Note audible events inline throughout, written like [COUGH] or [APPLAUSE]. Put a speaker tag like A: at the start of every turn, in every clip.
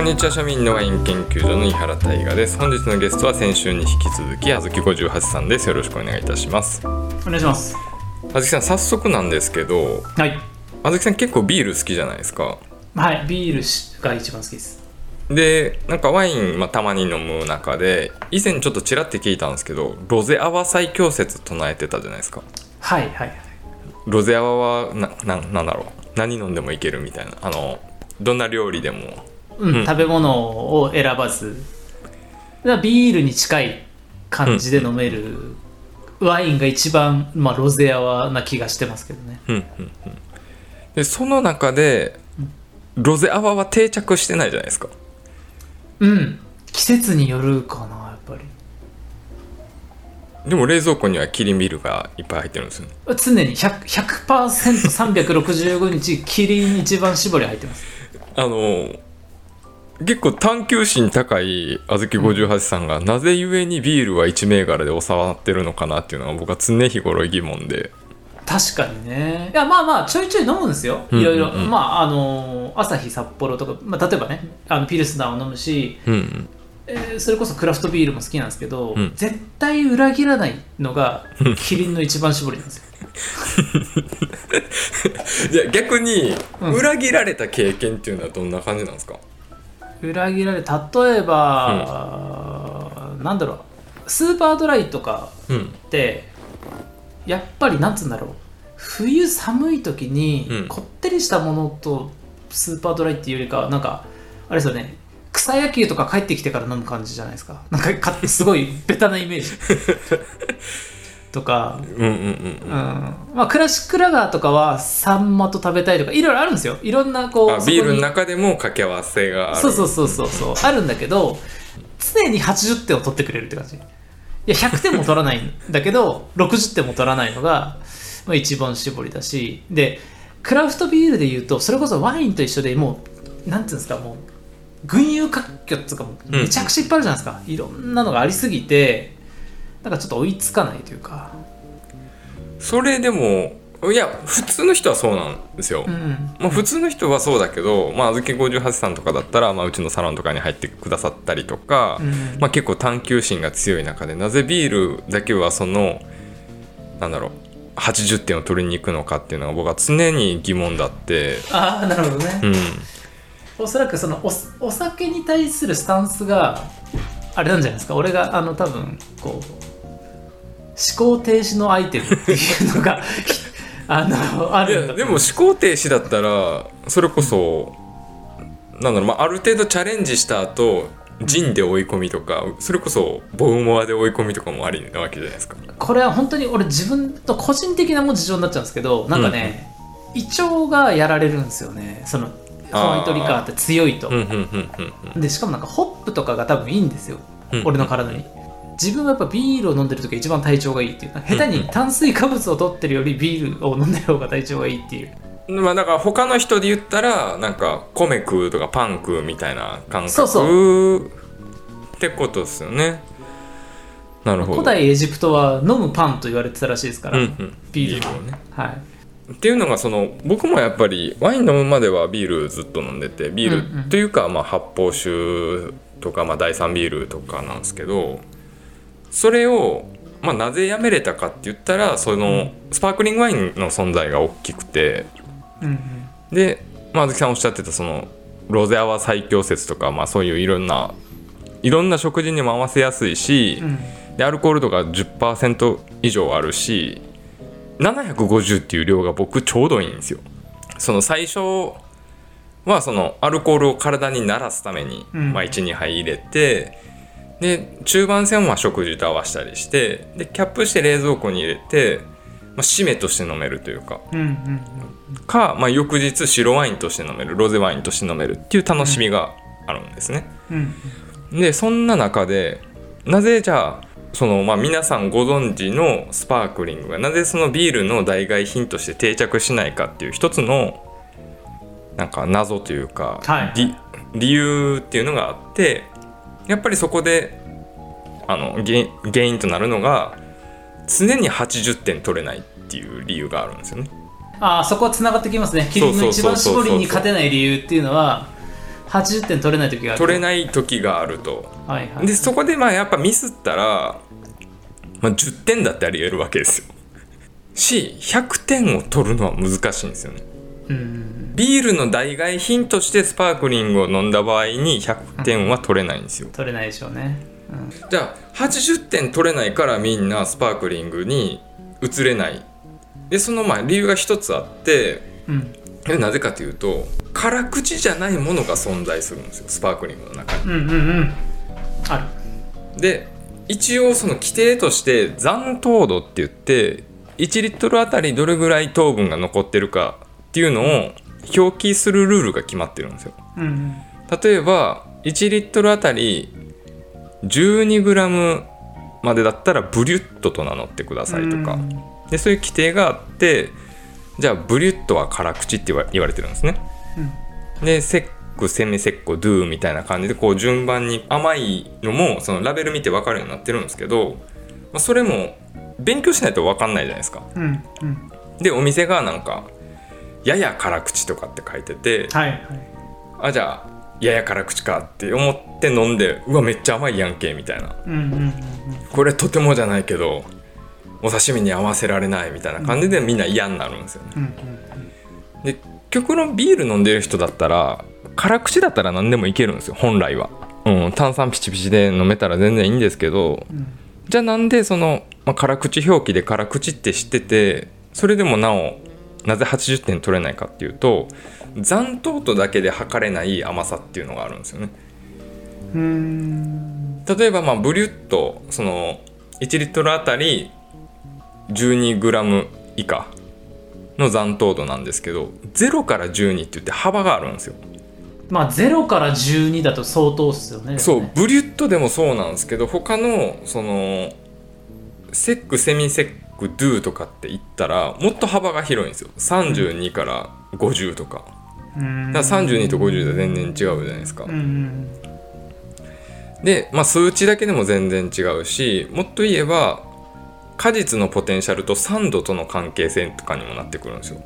A: んにちは庶民のワイン研究所の井原大我です本日のゲストは先週に引き続きあずき58さんですよろしくお願いいたします
B: お願いします
A: あずきさん早速なんですけど
B: はい
A: あずきさん結構ビール好きじゃないですか
B: はいビールが一番好きです
A: でなんかワイン、まあ、たまに飲む中で以前ちょっとちらって聞いたんですけどロゼアワ最強説唱えてたじゃないですか
B: はいはいはい
A: ロゼアワはなななんだろう何飲んでもいけるみたいなあのどんな料理でも
B: うん、食べ物を選ばずだからビールに近い感じで飲める、ワインが一番、まあ、ロゼアワな気がしてますけどね
A: でその中でロゼアワは定着してないじゃないですか
B: うん季節によるかなやっぱり
A: でも冷蔵庫にはキリンビールがいっぱい入ってるんですよね
B: 常に 100%365 日 [LAUGHS] キリン一番搾り入ってます
A: あの結構探求心高いあずき58さんが、なぜゆえにビールは1銘柄で収まってるのかなっていうのが僕は常日頃疑問で
B: 確かにねいやまあまあちょいちょい飲むんですよ
A: うん
B: いろいろ、
A: うんうん
B: まああの朝日札幌とか、まあ、例えばねあのピルスナーを飲むし、
A: うん
B: えーそれこそクラフトビールも好きなんですけど、
A: うん
B: 絶対裏切らないのがキリンの一番搾りなんですよ
A: じゃ逆に
B: うん
A: 裏切られた経験っていうのはどんな感じなんですか、
B: 裏切られ例えば、なんだろうスーパードライとか
A: うん、
B: ってやっぱりなんつうんだろう冬寒い時に
A: うん
B: こってりしたものとスーパードライっていうよりかはなんかあれですよね草野球とか帰ってきてから飲む感じじゃないですかなんかかすごいベタなイメー
A: [LAUGHS]
B: ジとか、
A: うんうんうん
B: うんまあ、クラシックラガーとかはサンマと食べたいとかいろいろあるんですよいろんなこう
A: あ
B: そこに
A: ビールの中でも掛け合わせがある
B: そうそうそうそうそうあるんだけど常に80点を取ってくれるって感じいや100点も取らないんだけど [LAUGHS] 60点も取らないのが、まあ、一番搾りだしでクラフトビールで言うとそれこそワインと一緒でもうなんていうんですかもう群雄割拠っていうかもうめちゃくちゃいっぱいあるじゃないですか、いろんなのがありすぎてなんかちょっと追いつかないというか
A: それでもいや普通の人はそうなんですよ、
B: うん
A: まあ、普通の人はそうだけど、まあ、あずき58さんとかだったら、まあ、うちのサロンとかに入ってくださったりとか、
B: うん
A: まあ、結構探求心が強い中でなぜビールだけはそのなんだろう80点を取りに行くのかっていうのが僕は常に疑問だって、
B: ああなるほどね、
A: うん、
B: おそらくそのおお酒に対するスタンスがあれなんじゃないですか俺があの多分こう思考停止のアイテムっていうのが [LAUGHS] あのあ
A: い
B: るん
A: や
B: だ
A: でも思考停止だったらそれこそなんだろう、まあ、ある程度チャレンジした後ジンで追い込みとかそれこそボウモアで追い込みとかもありなわけじゃないですか。
B: これは本当に俺自分と個人的なもう事情になっちゃうんですけどなんかね、胃腸がやられるんですよねそのホワイトリカーって強いと
A: うんうんうんうんうん
B: でしかもなんかホップとかが多分いいんですよ、
A: うん
B: 俺の体に自分はやっぱビールを飲んでる時が一番体調がいいっていう下手に炭水化物を取ってるよりビールを飲んでる方が体調がいいっていう
A: まあだから他の人で言ったらなんか米食うとかパン食うみたいな感覚
B: そうそ
A: ってことですよね。なるほど。
B: 古代エジプトは飲むパンと言われてたらしいですから、
A: うんうん、
B: ビール
A: ビ
B: は
A: ールをね。
B: はい
A: っていうのがその僕もやっぱりワイン飲むまではビールずっと飲んでてビール、
B: うんうん
A: というかまあ発泡酒とかまあ第三ビールとかなんですけどそれを、まあ、なぜやめれたかって言ったらそのスパークリングワインの存在が大きくて。
B: うんうん
A: で、まあ、ずきさんおっしゃってたそのロゼアワ最強説とか、まあ、そういういろんないろんな食事にも合わせやすいし、
B: うん
A: でアルコール度が10%以上あるし750っていう量が僕ちょうどいいんですよ。その最初はそのアルコールを体に慣らすために、
B: うん
A: まあ、12杯入れてで中盤戦は食事と合わせたりしてでキャップして冷蔵庫に入れて、まあ、締めとして飲めるというか
B: うんうん
A: か、まあ、翌日白ワインとして飲めるロゼワインとして飲めるっていう楽しみがあるんですね。
B: うん
A: でそんな中でなぜじゃあその、まあ、皆さんご存知のスパークリングがなぜそのビールの代替品として定着しないかっていう一つのなんか謎というか、
B: はい
A: り理由っていうのがあってやっぱりそこであの原因原因となるのが常に80点取れないっていう理由があるんですよね。
B: ああそこはつながってきますねキリンの一番
A: そうそうそうそう
B: 搾りに勝てない理由っていうのは80点取れない時がある
A: 取れ
B: い、
A: ない時があると
B: はいはい、
A: でそこでまあやっぱミスったら、まあ、10点だってあり得るわけですよし100点を取るのは難しいんですよね
B: うん
A: ビールの代替品としてスパークリングを飲んだ場合に100点は取れないんですよ
B: 取れないでしょうね、うん、
A: じゃあ80点取れないからみんなスパークリングに移れないでそのまあ理由が一つあって
B: うん
A: でなぜかというと辛口じゃないものが存在するんですよスパークリングの中に。
B: うんうんうんある
A: で一応その規定として残糖度って言って1リットルあたりどれぐらい糖分が残ってるかっていうのを表記するルールが決まってるんですよ。
B: うんうん
A: 例えば1リットルあたり 12g までだったらブリュットと名乗ってくださいとか、
B: うん
A: でそういう規定があってじゃあブリュットは辛口って言わ言われてるんですね、でセックセミセッコドゥみたいな感じでこう順番に甘いのもそのラベル見て分かるようになってるんですけど、まあ、それも勉強しないと分かんないじゃないですか
B: うんうん
A: でお店がなんかやや辛口とかって書いてて、
B: はいはい
A: あじゃあやや辛口かって思って飲んでうわめっちゃ甘いやんけみたいな
B: うんうんうん
A: これとてもじゃないけどお刺身に合わせられないみたいな感じでみんな嫌になるんですよね
B: うん
A: で極論ビール飲んでる人だったら辛口だったら何でもいけるんですよ本来は、うん、炭酸ピチピチで飲めたら全然いいんですけど
B: うん
A: じゃあなんでその、まあ辛口表記で辛口って知っててそれでもなおなぜ80点取れないかっていうと残糖度だけで測れない甘さっていうのがあるんですよね
B: うんうん
A: 例えばまあブリュッとその1リットルあたり 12g 以下の残糖度なんですけど0から12って言って幅があるんですよ
B: まあ0から12だと相当っすよね
A: そう
B: でもね
A: ブリュットでもそうなんですけど他のそのセックセミセックドゥとかって言ったらもっと幅が広いんですよ32から50とか
B: うん
A: だから32と50では全然違うじゃないですか
B: うんうん
A: で、まあ、数値だけでも全然違うしもっと言えば果実のポテンシャルと酸度との関係性とかにもなってくるんですよ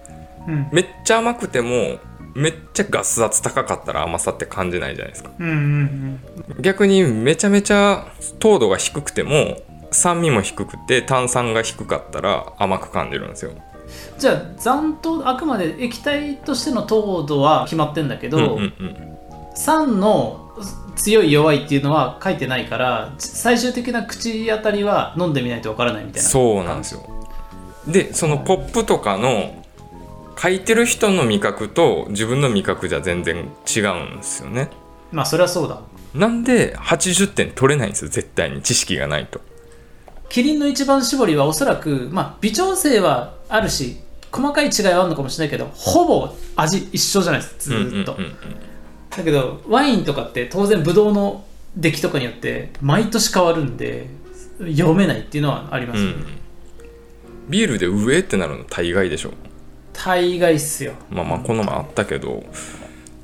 B: うん
A: めっちゃ甘くてもめっちゃガス圧高かったら甘さって感じないじゃないですか
B: うんうん
A: 逆にめちゃめちゃ糖度が低くても酸味も低くて炭酸が低かったら甘く感じるんですよ
B: じゃあ残糖あくまで液体としての糖度は決まってんだけど、
A: うんうんうん
B: 酸の強い弱いっていうのは書いてないから最終的な口当たりは飲んでみないとわからないみたいな
A: そうなんですよでそのポップとかの書いてる人の味覚と自分の味覚じゃ全然違うんですよね
B: まあそれはそうだ
A: なんで80点取れないんですよ絶対に知識がないと
B: キリンの一番搾りはおそらく、まあ、微調整はあるし細かい違いはあるのかもしれないけどほぼ味一緒じゃないですずーっと、
A: うんうんうんうん
B: だけどワインとかって当然ブドウの出来とかによって毎年変わるんで読めないっていうのはあります、
A: うんうんビールで上ってなるの大概でしょ
B: 大概っすよ
A: まあまあこの前あったけど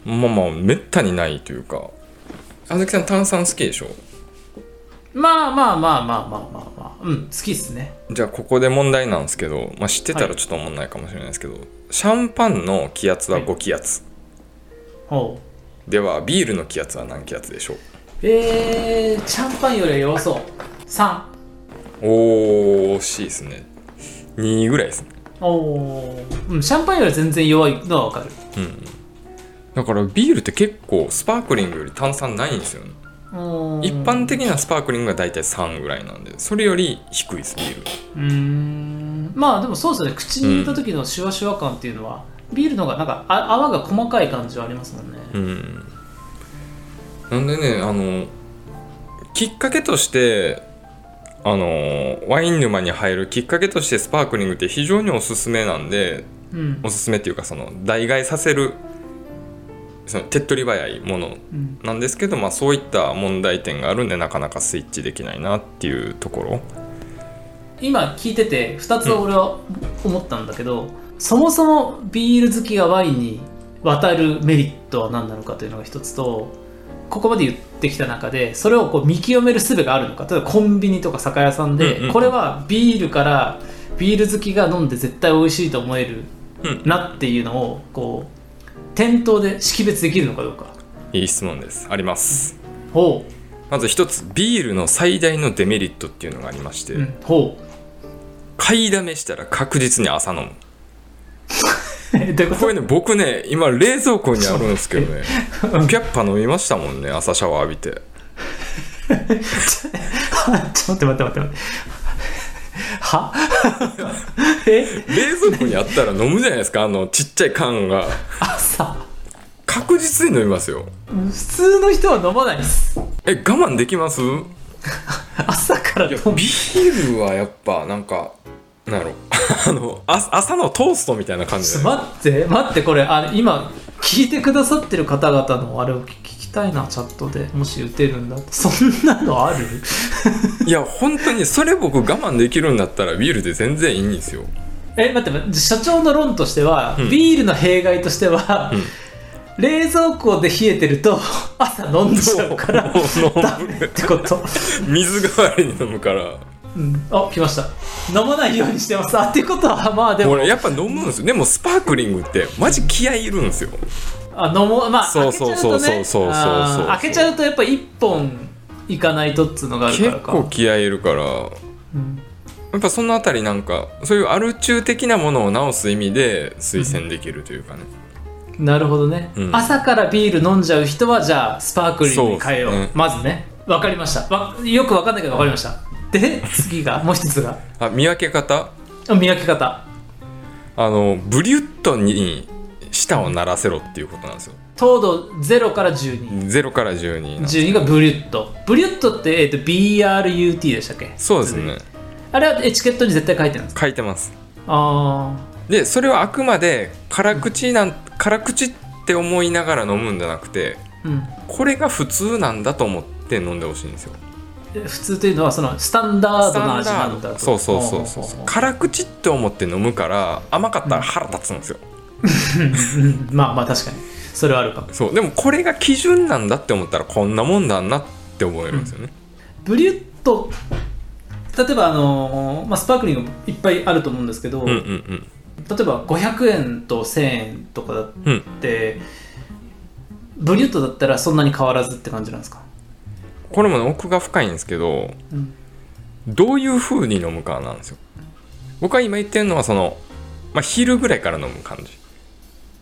A: まあまあめったにないというかあずきさん炭酸好きでしょ
B: まあまあまあまあまあまあまあうん好きっすね
A: じゃあここで問題なんですけど、まあ、知ってた
B: は
A: ら
B: い
A: ちょっと思んないかもしれないですけど、シャンパンの気圧は5気圧、
B: ほう
A: ではビールの気圧は何気圧でしょう
B: えー、シャンパンよりは弱そう3
A: おー惜しいですね2ぐらいですね
B: おお、うん、シャンパンよりは全然弱いのはわかる
A: だからビールって結構スパークリングより炭酸ないんですよね一
B: 一
A: 般的なスパークリングが大体3ぐらいなんでそれより低いですビールは
B: うーんまあでもそうですよね口に入れた時のシュワシュワ感っていうのは、ビールの方がなんかあ泡が細かい感じはありますもんね
A: うんなんでねあのきっかけとしてあのワイン沼に入るきっかけとしてスパークリングって非常におすすめなんで
B: うん
A: おすすめっていうかその代替えさせるその手っ取り早いもの
B: うん
A: なんですけど、まあ、そういった問題点があるんでなかなかスイッチできないなっていうところ
B: 今聞いてて2つ俺は思ったんだけど、そもそもビール好きがワインに渡るメリットは何なのかというのが一つとここまで言ってきた中でそれをこう見極める術があるのか例えばコンビニとか酒屋さん
A: うん
B: で、
A: うんうん
B: これはビールからビール好きが飲んで絶対美味しいと思える
A: うん
B: なっていうのをこう店頭で識別できるのかどうか
A: いい質問ですあります
B: ほ
A: まず一つビールの最大のデメリットっていうのがありまして、
B: う、うん、ほう
A: 買いだめしたら確実に朝飲む
B: え [LAUGHS] どういうこ
A: ことれね僕ね今冷蔵庫にあるんですけどねピャッパ飲みましたもんね朝シャワー浴びて
B: [LAUGHS] ちょっと待って待って待っては [LAUGHS] え
A: 冷蔵庫にあったら飲むじゃないですかあのちっちゃい缶が
B: 朝
A: 確実に飲みますよ
B: 普通の人は飲まないです
A: え我慢できますい
B: 朝から飲
A: やビ
B: む
A: ールはやっぱなんかなんやろ [LAUGHS] あのあ朝のトーストみたいな感じ
B: ちょ
A: で
B: っと待って待ってこれあ今聞いてくださってる方々のあれを聞きたいなチャットでもし打てるんだとそんなのあ
A: [LAUGHS]
B: る
A: いや本当にそれ僕我慢できるんだったらビールで全然いいんですよ
B: え待って待って社長の論としては、
A: ん
B: ビールの弊害としては、
A: ん
B: 冷蔵庫で冷えてると朝飲んじゃうから
A: そう飲む
B: ダメってこと、
A: 水代わりに飲むから
B: うん、あ来ました飲まないようにしてますあっていうことはまあでも
A: 俺やっぱ飲むんですよでもスパークリングってマジ気合いいるんですよ
B: あ飲もうまあ
A: そうそうそうそうそうそうそうそう
B: 開けちゃうとねあー開けちゃうとやっぱ一本いかないとっつうのがあるか
A: 結
B: らか
A: 構気合いいるから
B: うん
A: やっぱそのあたりなんかそういうアル中的なものを直す意味で推薦できるというかね、
B: なるほどね、
A: うん
B: 朝からビール飲んじゃう人はじゃあスパークリングに変えよう
A: そうですね
B: まずねわかりましたわよくわかんないけどわかりましたで次がもう一つが
A: あ見分け方
B: あ見分け方
A: あのブリュットに舌を鳴らせろっていうことなんですよ
B: 糖度0から1212
A: 0から12なんで
B: がブリュットブリュットって、えっと BRUT でしたっけ
A: そうですね
B: あれはエチケットに絶対書いてるんですか
A: 書いてます
B: あ
A: でそれはあくまで辛口なん辛口って思いながら飲むんじゃなくて
B: あうん
A: これが普通なんだと思って飲んでほしいんですよ
B: え普通というのはそのスタンダードな味なんだと
A: そうそうそうそうそう辛口って思って飲むから甘かったら腹立つんですよ、
B: うんまあまあ確かにそれはあるかも
A: そうでもこれが基準なんだって思ったらこんなもんだなって思えるんですよね、
B: ブリュット例えばあのー、まあ、スパークリングいっぱいあると思うんですけど、
A: うん、うん
B: 例
A: うん
B: えば500円と1000円とかだっ
A: うん
B: てブリュットだったらそんなに変わらずって感じなんですか、
A: これもね奥が深いんですけど
B: うん
A: どういう風に飲むかなんですよ僕は今言ってるのはその、まあ、昼ぐらいから飲む感じ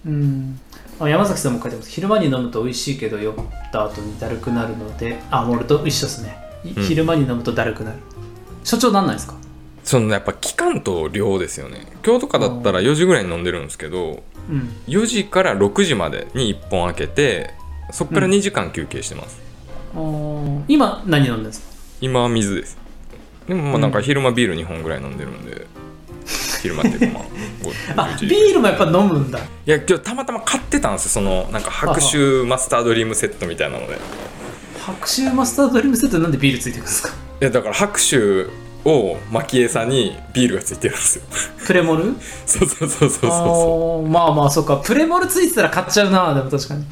B: うん、あ山崎さんも書いてます昼間に飲むと美味しいけど酔った後にだるくなるのであもう俺と一緒ですね、い
A: うん
B: 昼間に飲むとだるくなる所長なんないですか
A: そのやっぱ期間と量ですよね今日とかだったら4時ぐらいに飲んでるんですけど
B: うん
A: 4時から6時までに1本開けてそこから2時間休憩してます、
B: あー今何飲んでるんですか
A: 今は水ですでもまあなんか昼間ビール2本ぐらい飲んでるんで、昼間っていうかまあ
B: [LAUGHS] あ
A: 11時
B: ビールもやっぱ飲むんだ
A: いや今日たまたま買ってたんですよそのなんか白州マスタードリームセットみたいなのでい
B: 白州マスタードリームセットになんでビールついてくるん
A: [LAUGHS]
B: ですか
A: やだから白州を蒔絵さんにビールがついてるんですよ [LAUGHS]
B: プレモル
A: そうそうそうそうそうそう
B: あーまあまあそうかプレモルついてたら買っちゃうなでも確かに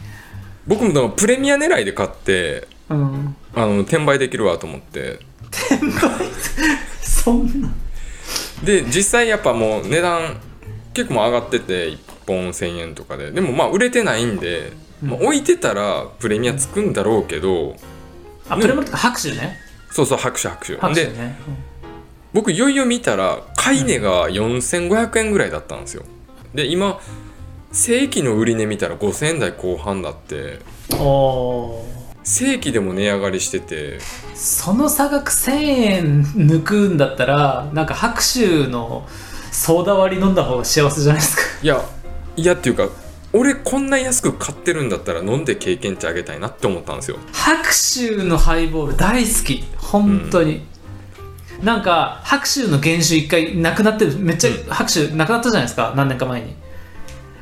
A: 僕もでもプレミア狙いで買って
B: うん
A: あの転売できるわと思って
B: そんな
A: で実際やっぱもう値段結構もう上がってて1本1000円とかででもまあ売れてないんで、まあ置いてたらプレミアつくんだろうけど
B: あプレモルとか拍手ね
A: そうそう拍手拍手
B: 拍手
A: で
B: ね
A: 僕いよいよ見たら買い値が4500円ぐらいだったんですよで今正規の売り値見たら5000円台後半だって
B: うんおー
A: 正規でも値上がりしてて
B: その差額1000円抜くんだったらなんか白州のソーダ割り飲んだ方が幸せじゃないですか
A: いやいやっていうか俺こんな安く買ってるんだったら飲んで経験値上げたいなって思ったんですよ
B: 白州のハイボール大好き本当に、なんか白州の原酒一回なくなってるめっちゃ
A: う
B: 白州なくなったじゃないですか何年か前に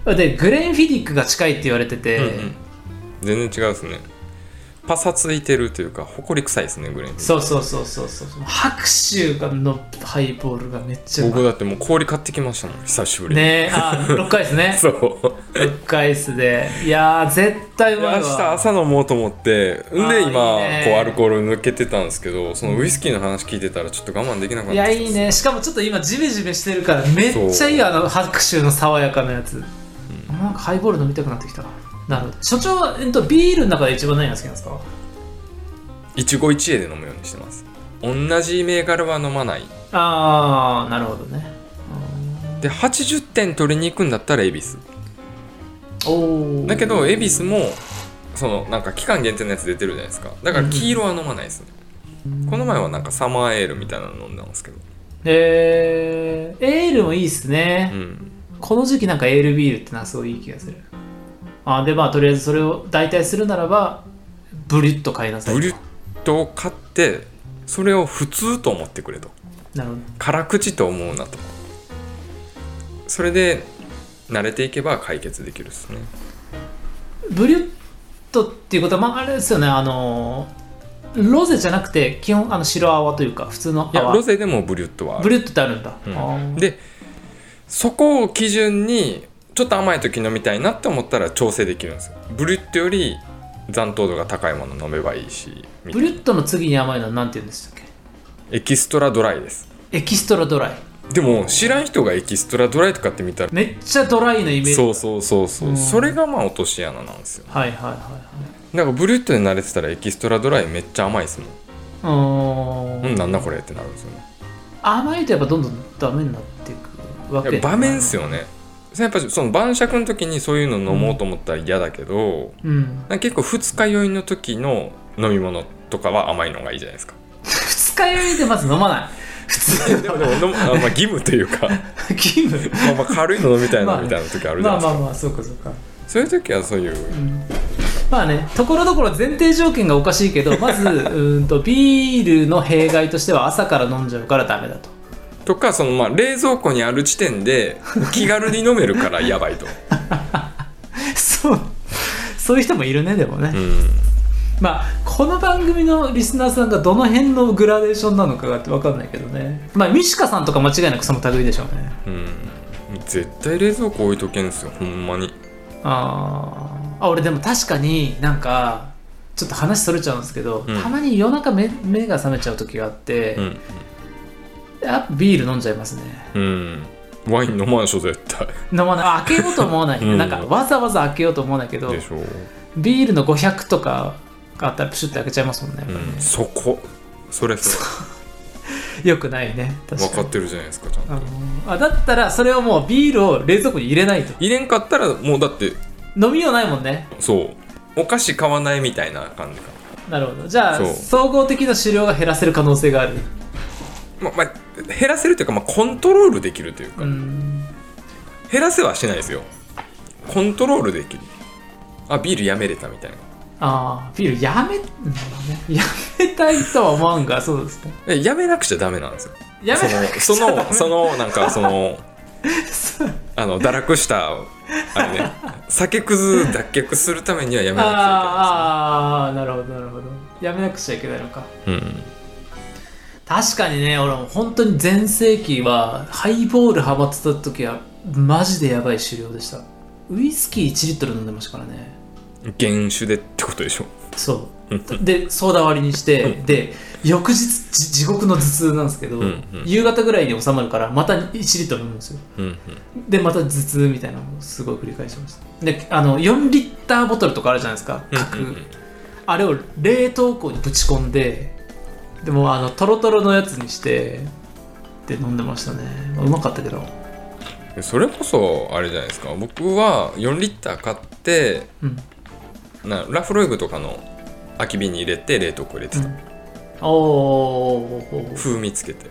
B: でグレンフィディックが近いって言われてて、
A: うんうん全然違うですねパサついてるというか埃臭いですねグレン
B: そうそうそうそうそう白州がのハイボールがめっちゃうま
A: 僕
B: い
A: だってもう氷買ってきましたもん久しぶりに、
B: ねえあ6回ですね
A: そう
B: 6回ですでいやー絶対う
A: で
B: ま
A: 明
B: い
A: 日
B: わ
A: 朝飲もうと思ってん
B: あ
A: で
B: ー
A: 今
B: いいね
A: こうアルコール抜けてたんですけどそのウイスキーの話聞いてたらちょっと我慢できなかった
B: いやいいねしかもちょっと今ジメジメしてるからめっちゃいいよあの白州の爽やかなやつ、なんかハイボール飲みたくなってきたなるほど所長は、えっと、ビールの中で一番何が好きなんですか
A: 一期一会で飲むようにしてます同じ銘柄は飲まない
B: ああなるほどね
A: で80点取りに行くんだったら恵比寿
B: おお
A: だけど恵比寿もそのなんか期間限定のやつ出てるじゃないですかだから黄色は飲まないですね、この前はなんかサマーエールみたいなの飲んだんですけど
B: えー、エールもいいっすね
A: う、ん
B: この時期なんかエールビールってのはすごいいい気がするあーでまあとりあえずそれを代替するならばブリュッと買いなさいと
A: ブリュットを買ってそれを普通と思ってくれと
B: なるほ
A: 辛口と思うなとそれで慣れていけば解決できるですね
B: どブリュッとっていうことはまああれですよねあのーロゼじゃなくて基本あの白泡というか普通の
A: いや
B: 泡
A: ロゼでもブリュットはあ
B: ブ
A: る、
B: リュッとってあるんだ、
A: うん
B: あー
A: でそこを基準にちょっと甘い時飲みたいなって思ったら調整できるんですよブリュットより残糖度が高いもの飲めばいいしみた
B: ブ
A: いな
B: リュットの次に甘いのは何て言うんでしたっ
A: エキストラドライです
B: けエキストラドライ
A: でも知らん人がエキストラドライとかって見たら
B: めっちゃドライなイメージ
A: そうそうそうそううんそれがまあ落とし穴なんですよ
B: はいはいはい
A: だからブリュットで慣れてたらエキストラドライめっちゃ甘いですもん
B: はい
A: うん、
B: ん
A: なんだこれってなるんですよね
B: 甘いとやっぱどんどんダメになっていくわ
A: い
B: け
A: や場面っ
B: す
A: すよねそれやっぱその晩酌の時にそういうの飲もうと思ったら嫌だけど、
B: うん
A: なんか結構二日酔いの時の飲み物とかは甘いのがいいじゃないですか
B: 二日酔いでまず飲まない普
A: [LAUGHS]
B: 通
A: でもでも飲むあまあ義務というか
B: [LAUGHS] 気分
A: まあまあ軽いの飲みたい
B: ま
A: な
B: あ
A: みたいな時あるじゃない
B: まあ
A: ですか、
B: まあまあそうかそうか
A: そういう時はそういう
B: まあねところどころ前提条件がおかしいけどま [LAUGHS] ずうーんとビールの弊害としては朝から飲んじゃうからダメだと
A: とかそのまあ冷蔵庫にある地点で気軽に飲めるからや
B: [LAUGHS]
A: ばいと
B: そうそういう人もいるねでもね、
A: うん
B: まあこの番組のリスナーさんがどの辺のグラデーションなのかがって分かんないけどねまあミシカさんとか間違いなくその類でしょうね
A: うん絶対冷蔵庫置いとけんですよほんまに
B: あーあ俺でも確かになんかちょっと話それちゃうんですけど、
A: うん
B: たまに夜中目目が覚めちゃう時があって、
A: うん
B: やっぱビール飲んじゃいますね
A: うんワイン飲まんでしょ絶対
B: 飲まないあ開けようと思わない、
A: うん
B: なんかわざわざ開けようと思わないけど
A: でしょう
B: ビールの500とかがあったらプシュッて開けちゃいますもんね、
A: うん、そこそれそ
B: よくないね
A: れ
B: 確
A: 分
B: か
A: か
B: に
A: ってるじゃないですかちゃんと
B: あのーあだったらそれをもうビールを冷蔵庫に入れないと
A: 入れんかったらもうだって
B: 飲みようないもんね
A: そうお菓子買わないみたいな感じか
B: なるほどじゃあ
A: そう
B: 総合的な狩猟が減らせる可能性がある
A: ままあ減らせるというか、まあ、コントロールできるというか、
B: うん
A: 減らせはしないですよコントロールできるあビールやめれたみたいな
B: ああビールやめうんやめたいとは思わんがそうですね
A: えやめなくちゃダメなんですよ
B: やめなくち
A: そ
B: ゃダメ
A: のそのそのなんかそ
B: [LAUGHS]
A: のあの堕落したあれね酒くず脱却するためにはやめなくちゃ
B: あーあーなるほどなるほどやめなくちゃいけないのか
A: いけないですね
B: 確かにね俺も本当に全盛期はハイボールハマってた時はマジでやばい狩猟でしたウイスキー1リットル飲んでましたからね
A: うん原酒でってことでしょ
B: そうでソーダ割りにしてで翌日じ地獄の頭痛なんですけど、
A: んうん
B: 夕方ぐらいに収まるからまた1リットル飲むんですよ
A: うんうん
B: でまた頭痛みたいなのをすごい繰り返してましたであの4リッターボトルとかあるじゃないですか各、
A: うんうんうん
B: あれを冷凍庫にぶち込んででもあのトロトロのやつにしてで飲んでましたねまあうまかったけど
A: それこそあれじゃないですか僕は4リッター買って
B: うん、
A: なラフロイグとかの空き瓶に入れて冷凍庫入れて
B: う
A: た、
B: ん、おー
A: 風味つけて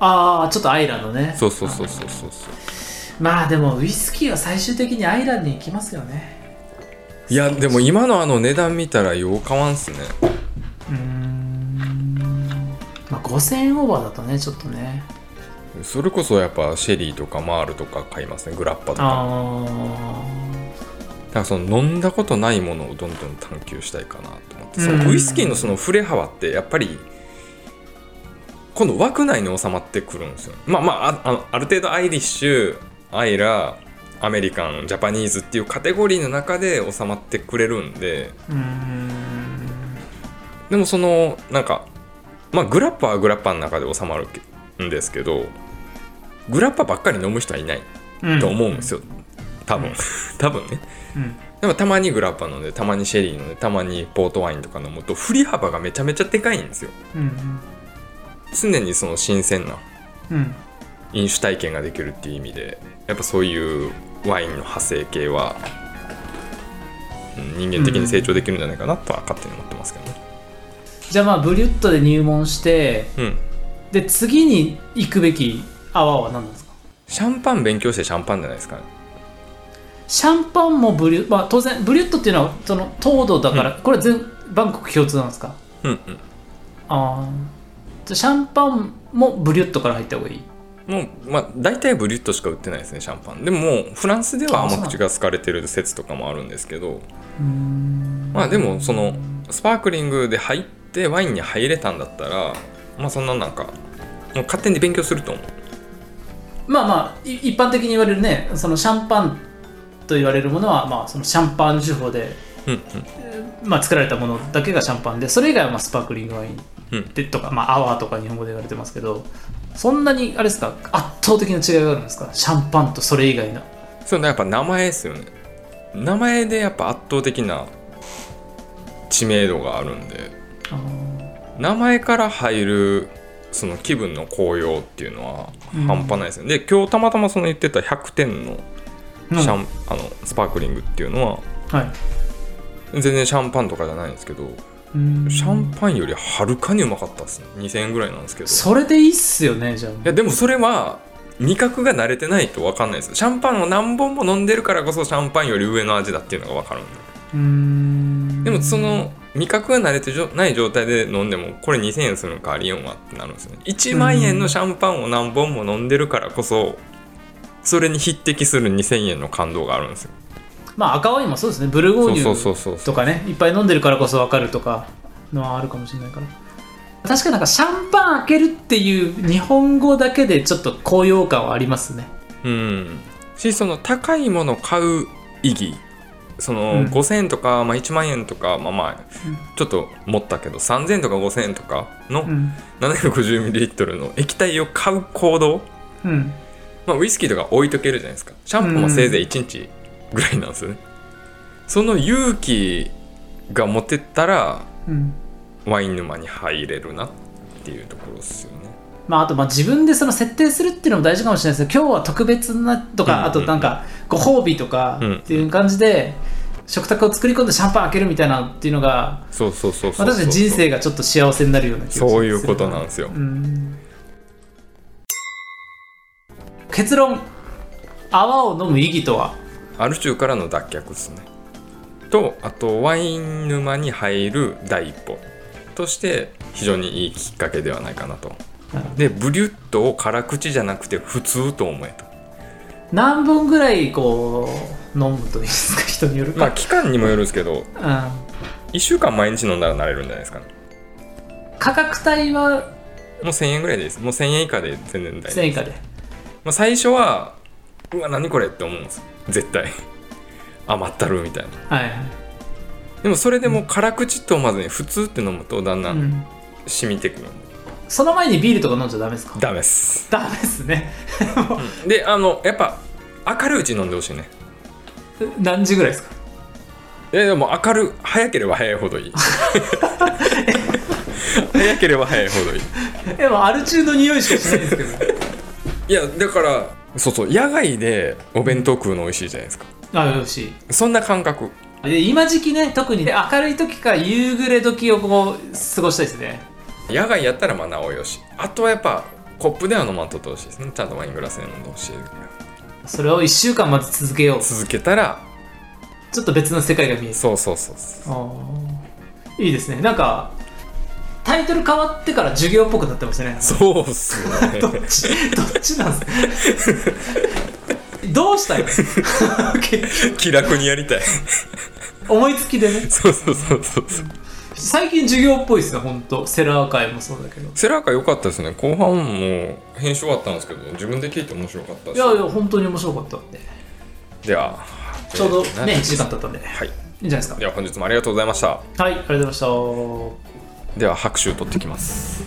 B: ああちょっとアイランドね
A: そうそうそうそうそうそう
B: まあでもウイスキーは最終的にアイランドに行きますよね
A: いやでも今のあの値段見たらよう買わんっすね
B: うーんまあ5000円オーバーだとねちょっとね
A: それこそやっぱシェリーとかマールとか買いますねグラッパとか
B: ああ
A: だからその飲んだことないものをどんどん探求したいかなと思って
B: うん
A: そのウイスキーのその振れ幅ってやっぱり今度枠内に収まってくるんですよまあまあああのある程度アイリッシュアイラアメリカンジャパニーズっていうカテゴリーの中で収まってくれるんで
B: うーん
A: でもそのなんかまあグラッパーはグラッパーの中で収まるんですけどグラッパーばっかり飲む人はいないと思うんですよ、多分 [LAUGHS] 多分ね
B: うん
A: でもたまにグラッパ飲んでたまにシェリー飲んでたまにポートワインとか飲むと振り幅がめちゃめちゃでかいんですよ
B: うん
A: 常にその新鮮な
B: うんうん
A: 飲酒体験ができるっていう意味でやっぱそういうワインの派生系は、うん人間的に成長できるんじゃないかなとは勝手に思ってますけどね
B: じゃあまあブリュットで入門して
A: うん
B: で次に行くべき泡は何なんですか
A: シャンパン勉強してシャンパンじゃないですかね
B: シャンパンもブリュまあ当然ブリュットっていうのはその糖度だから、これは全バンコク共通なんですか
A: うん
B: ああじゃあシャンパンもブリュットから入った方がいい
A: うんもうまあ大体ブリュットしか売ってないですねシャンパンでももうフランスでは
B: あそ
A: 甘
B: うなんだ
A: 口が好かれてる説とかもあるんですけど
B: うーん
A: まあでもそのスパークリングで入ってワインに入れたんだったらまあそんななんかもう勝手に勉強すると思う
B: まあまあい一般的に言われるねそのシャンパンと言われるものは、まあ、そのシャンパーニュ手法で、
A: うん
B: まあ、作られたものだけがシャンパンでそれ以外はまあスパークリングワイン
A: うんうん
B: でとか、まあ、アワーとか日本語で言われてますけどそんなにあれですか圧倒的な違いがあるんですかシャンパンとそれ以外の
A: そうねやっぱ名前ですよね名前でやっぱ圧倒的な知名度があるんで
B: あー
A: 名前から入るその気分の高揚っていうのは
B: うん
A: 半端ないですよね、で今日たまたまその言ってた100点の
B: うん
A: シャン、あのスパークリングっていうのは
B: はい
A: 全然シャンパンとかじゃないんですけど
B: うーん
A: シャンパンよりはるかにうまかったですね2000円ぐらいなんですけど
B: それでいいっすよねじゃ
A: いやでもそれは味覚が慣れてないと分かんないですシャンパンを何本も飲んでるからこそシャンパンより上の味だっていうのが分かるんで
B: あうーん
A: でもその味覚が慣れてじょない状態で飲んでもこれ2000円するのかありえんわってなるんですよね1万円のシャンパンを何本も飲んでるからこそそれに匹敵する2000円の感動があるんですよ
B: まあ赤ワインもそうですねブルゴー
A: そう
B: ニ
A: そう
B: ュ
A: そうそうそ
B: と
A: う
B: かねいっぱい飲んでるからこそ分かるとかのはあるかもしれないから確かになんかシャンパン開けるっていう日本語だけでちょっと高揚感はありますね
A: うんしその高いもの買う意義その
B: うん
A: 5000円とか、まあ、1万円とかまあまあ
B: うん
A: ちょっと持ったけど3000円とか5000円とかの
B: うん
A: 750ミリリットルの液体を買う行動、
B: うん
A: まあ、ウイスキーとか置いとけるじゃないですかシャンプーもせいぜい1日ぐらいなんですよね、その勇気が持てたら
B: うん
A: ワイン沼に入れるなっていうところですよね
B: まあ、あとまあ自分でその設定するっていうのも大事かもしれないですけど今日は特別なと
A: うんうん
B: か
A: うん
B: あとなんかご褒美とか
A: うん
B: っていう感じで食卓を作り込んでシャンパン開けるみたいなのっていうのが
A: そうそうそうそう
B: 私の人生がちょっと幸せになるような気がします
A: そういうことなんですよ
B: うん結論泡を飲む意義とは
A: アル中からの脱却ですねとあとワイン沼に入る第一歩として非常にいいきっかけではないかなとでブリュットを辛口じゃなくて普通と思えと
B: 何本ぐらいこう飲むといいですか [LAUGHS] 人による
A: まあ
B: か、
A: 期間にもよるんですけど
B: うん
A: 1週間毎日飲んだらなれるんじゃないですかね
B: 価格帯は
A: もう1000円ぐらいでいいですもう1000円以下で全然大丈
B: 1000
A: 夫
B: 円以下で
A: まあ、最初はうわ何これって思うんですよ絶対 [LAUGHS] 甘ったるみたいな
B: はいはい
A: でもそれでもう辛口と思わずに普通って飲むとだんだ
B: うんん
A: 染みてくるんで、
B: その前にビールとか飲んじゃダメですか
A: ダメです
B: ダメです [LAUGHS] ねもう
A: であのやっぱ明るいうちに飲んでほしいね
B: 何時ぐらいですか
A: ででも明る早ければ早いほ
B: [LAUGHS]
A: どいい早ければ早いほどいい
B: でもアル中の匂いしかしないんですけど
A: いやだからそうそう野外でお弁当食うの美味しいじゃないですか
B: [LAUGHS] あよろし
A: そんな感覚
B: いで今時期ね特に明るい時か夕暮れ時をこう過ごしたいですね
A: 野外やったらまあなおよしあとはやっぱコップでは飲まんとってほしいですねちゃんとワイングラスで飲んでほしい
B: それを1週間まで続けよう
A: 続けたら
B: ちょっと別の世界が見える
A: そうそうそうそう
B: あーいいですねなんかタイトル変わってから授業っぽくなってますね
A: そうっすね
B: [LAUGHS] どっちどっちなんです [LAUGHS] かどうしたいの [LAUGHS] 結局
A: 気楽にやりたい
B: 思いつきでね
A: [LAUGHS] そうそうそうそうそう
B: 最近授業っぽいですね本当セラー会もそうだけど
A: セラーカ良かったですね後半も編集終わったんですけど自分で聞いて面白かった
B: い
A: し
B: やいや本当に面白かったんで
A: では
B: ちょうど
A: えー
B: ね
A: な
B: 1時間経ったんでい
A: はい
B: いんじゃないですか
A: では本日もありがとうございました
B: はいありがとうございました
A: では拍手取ってきます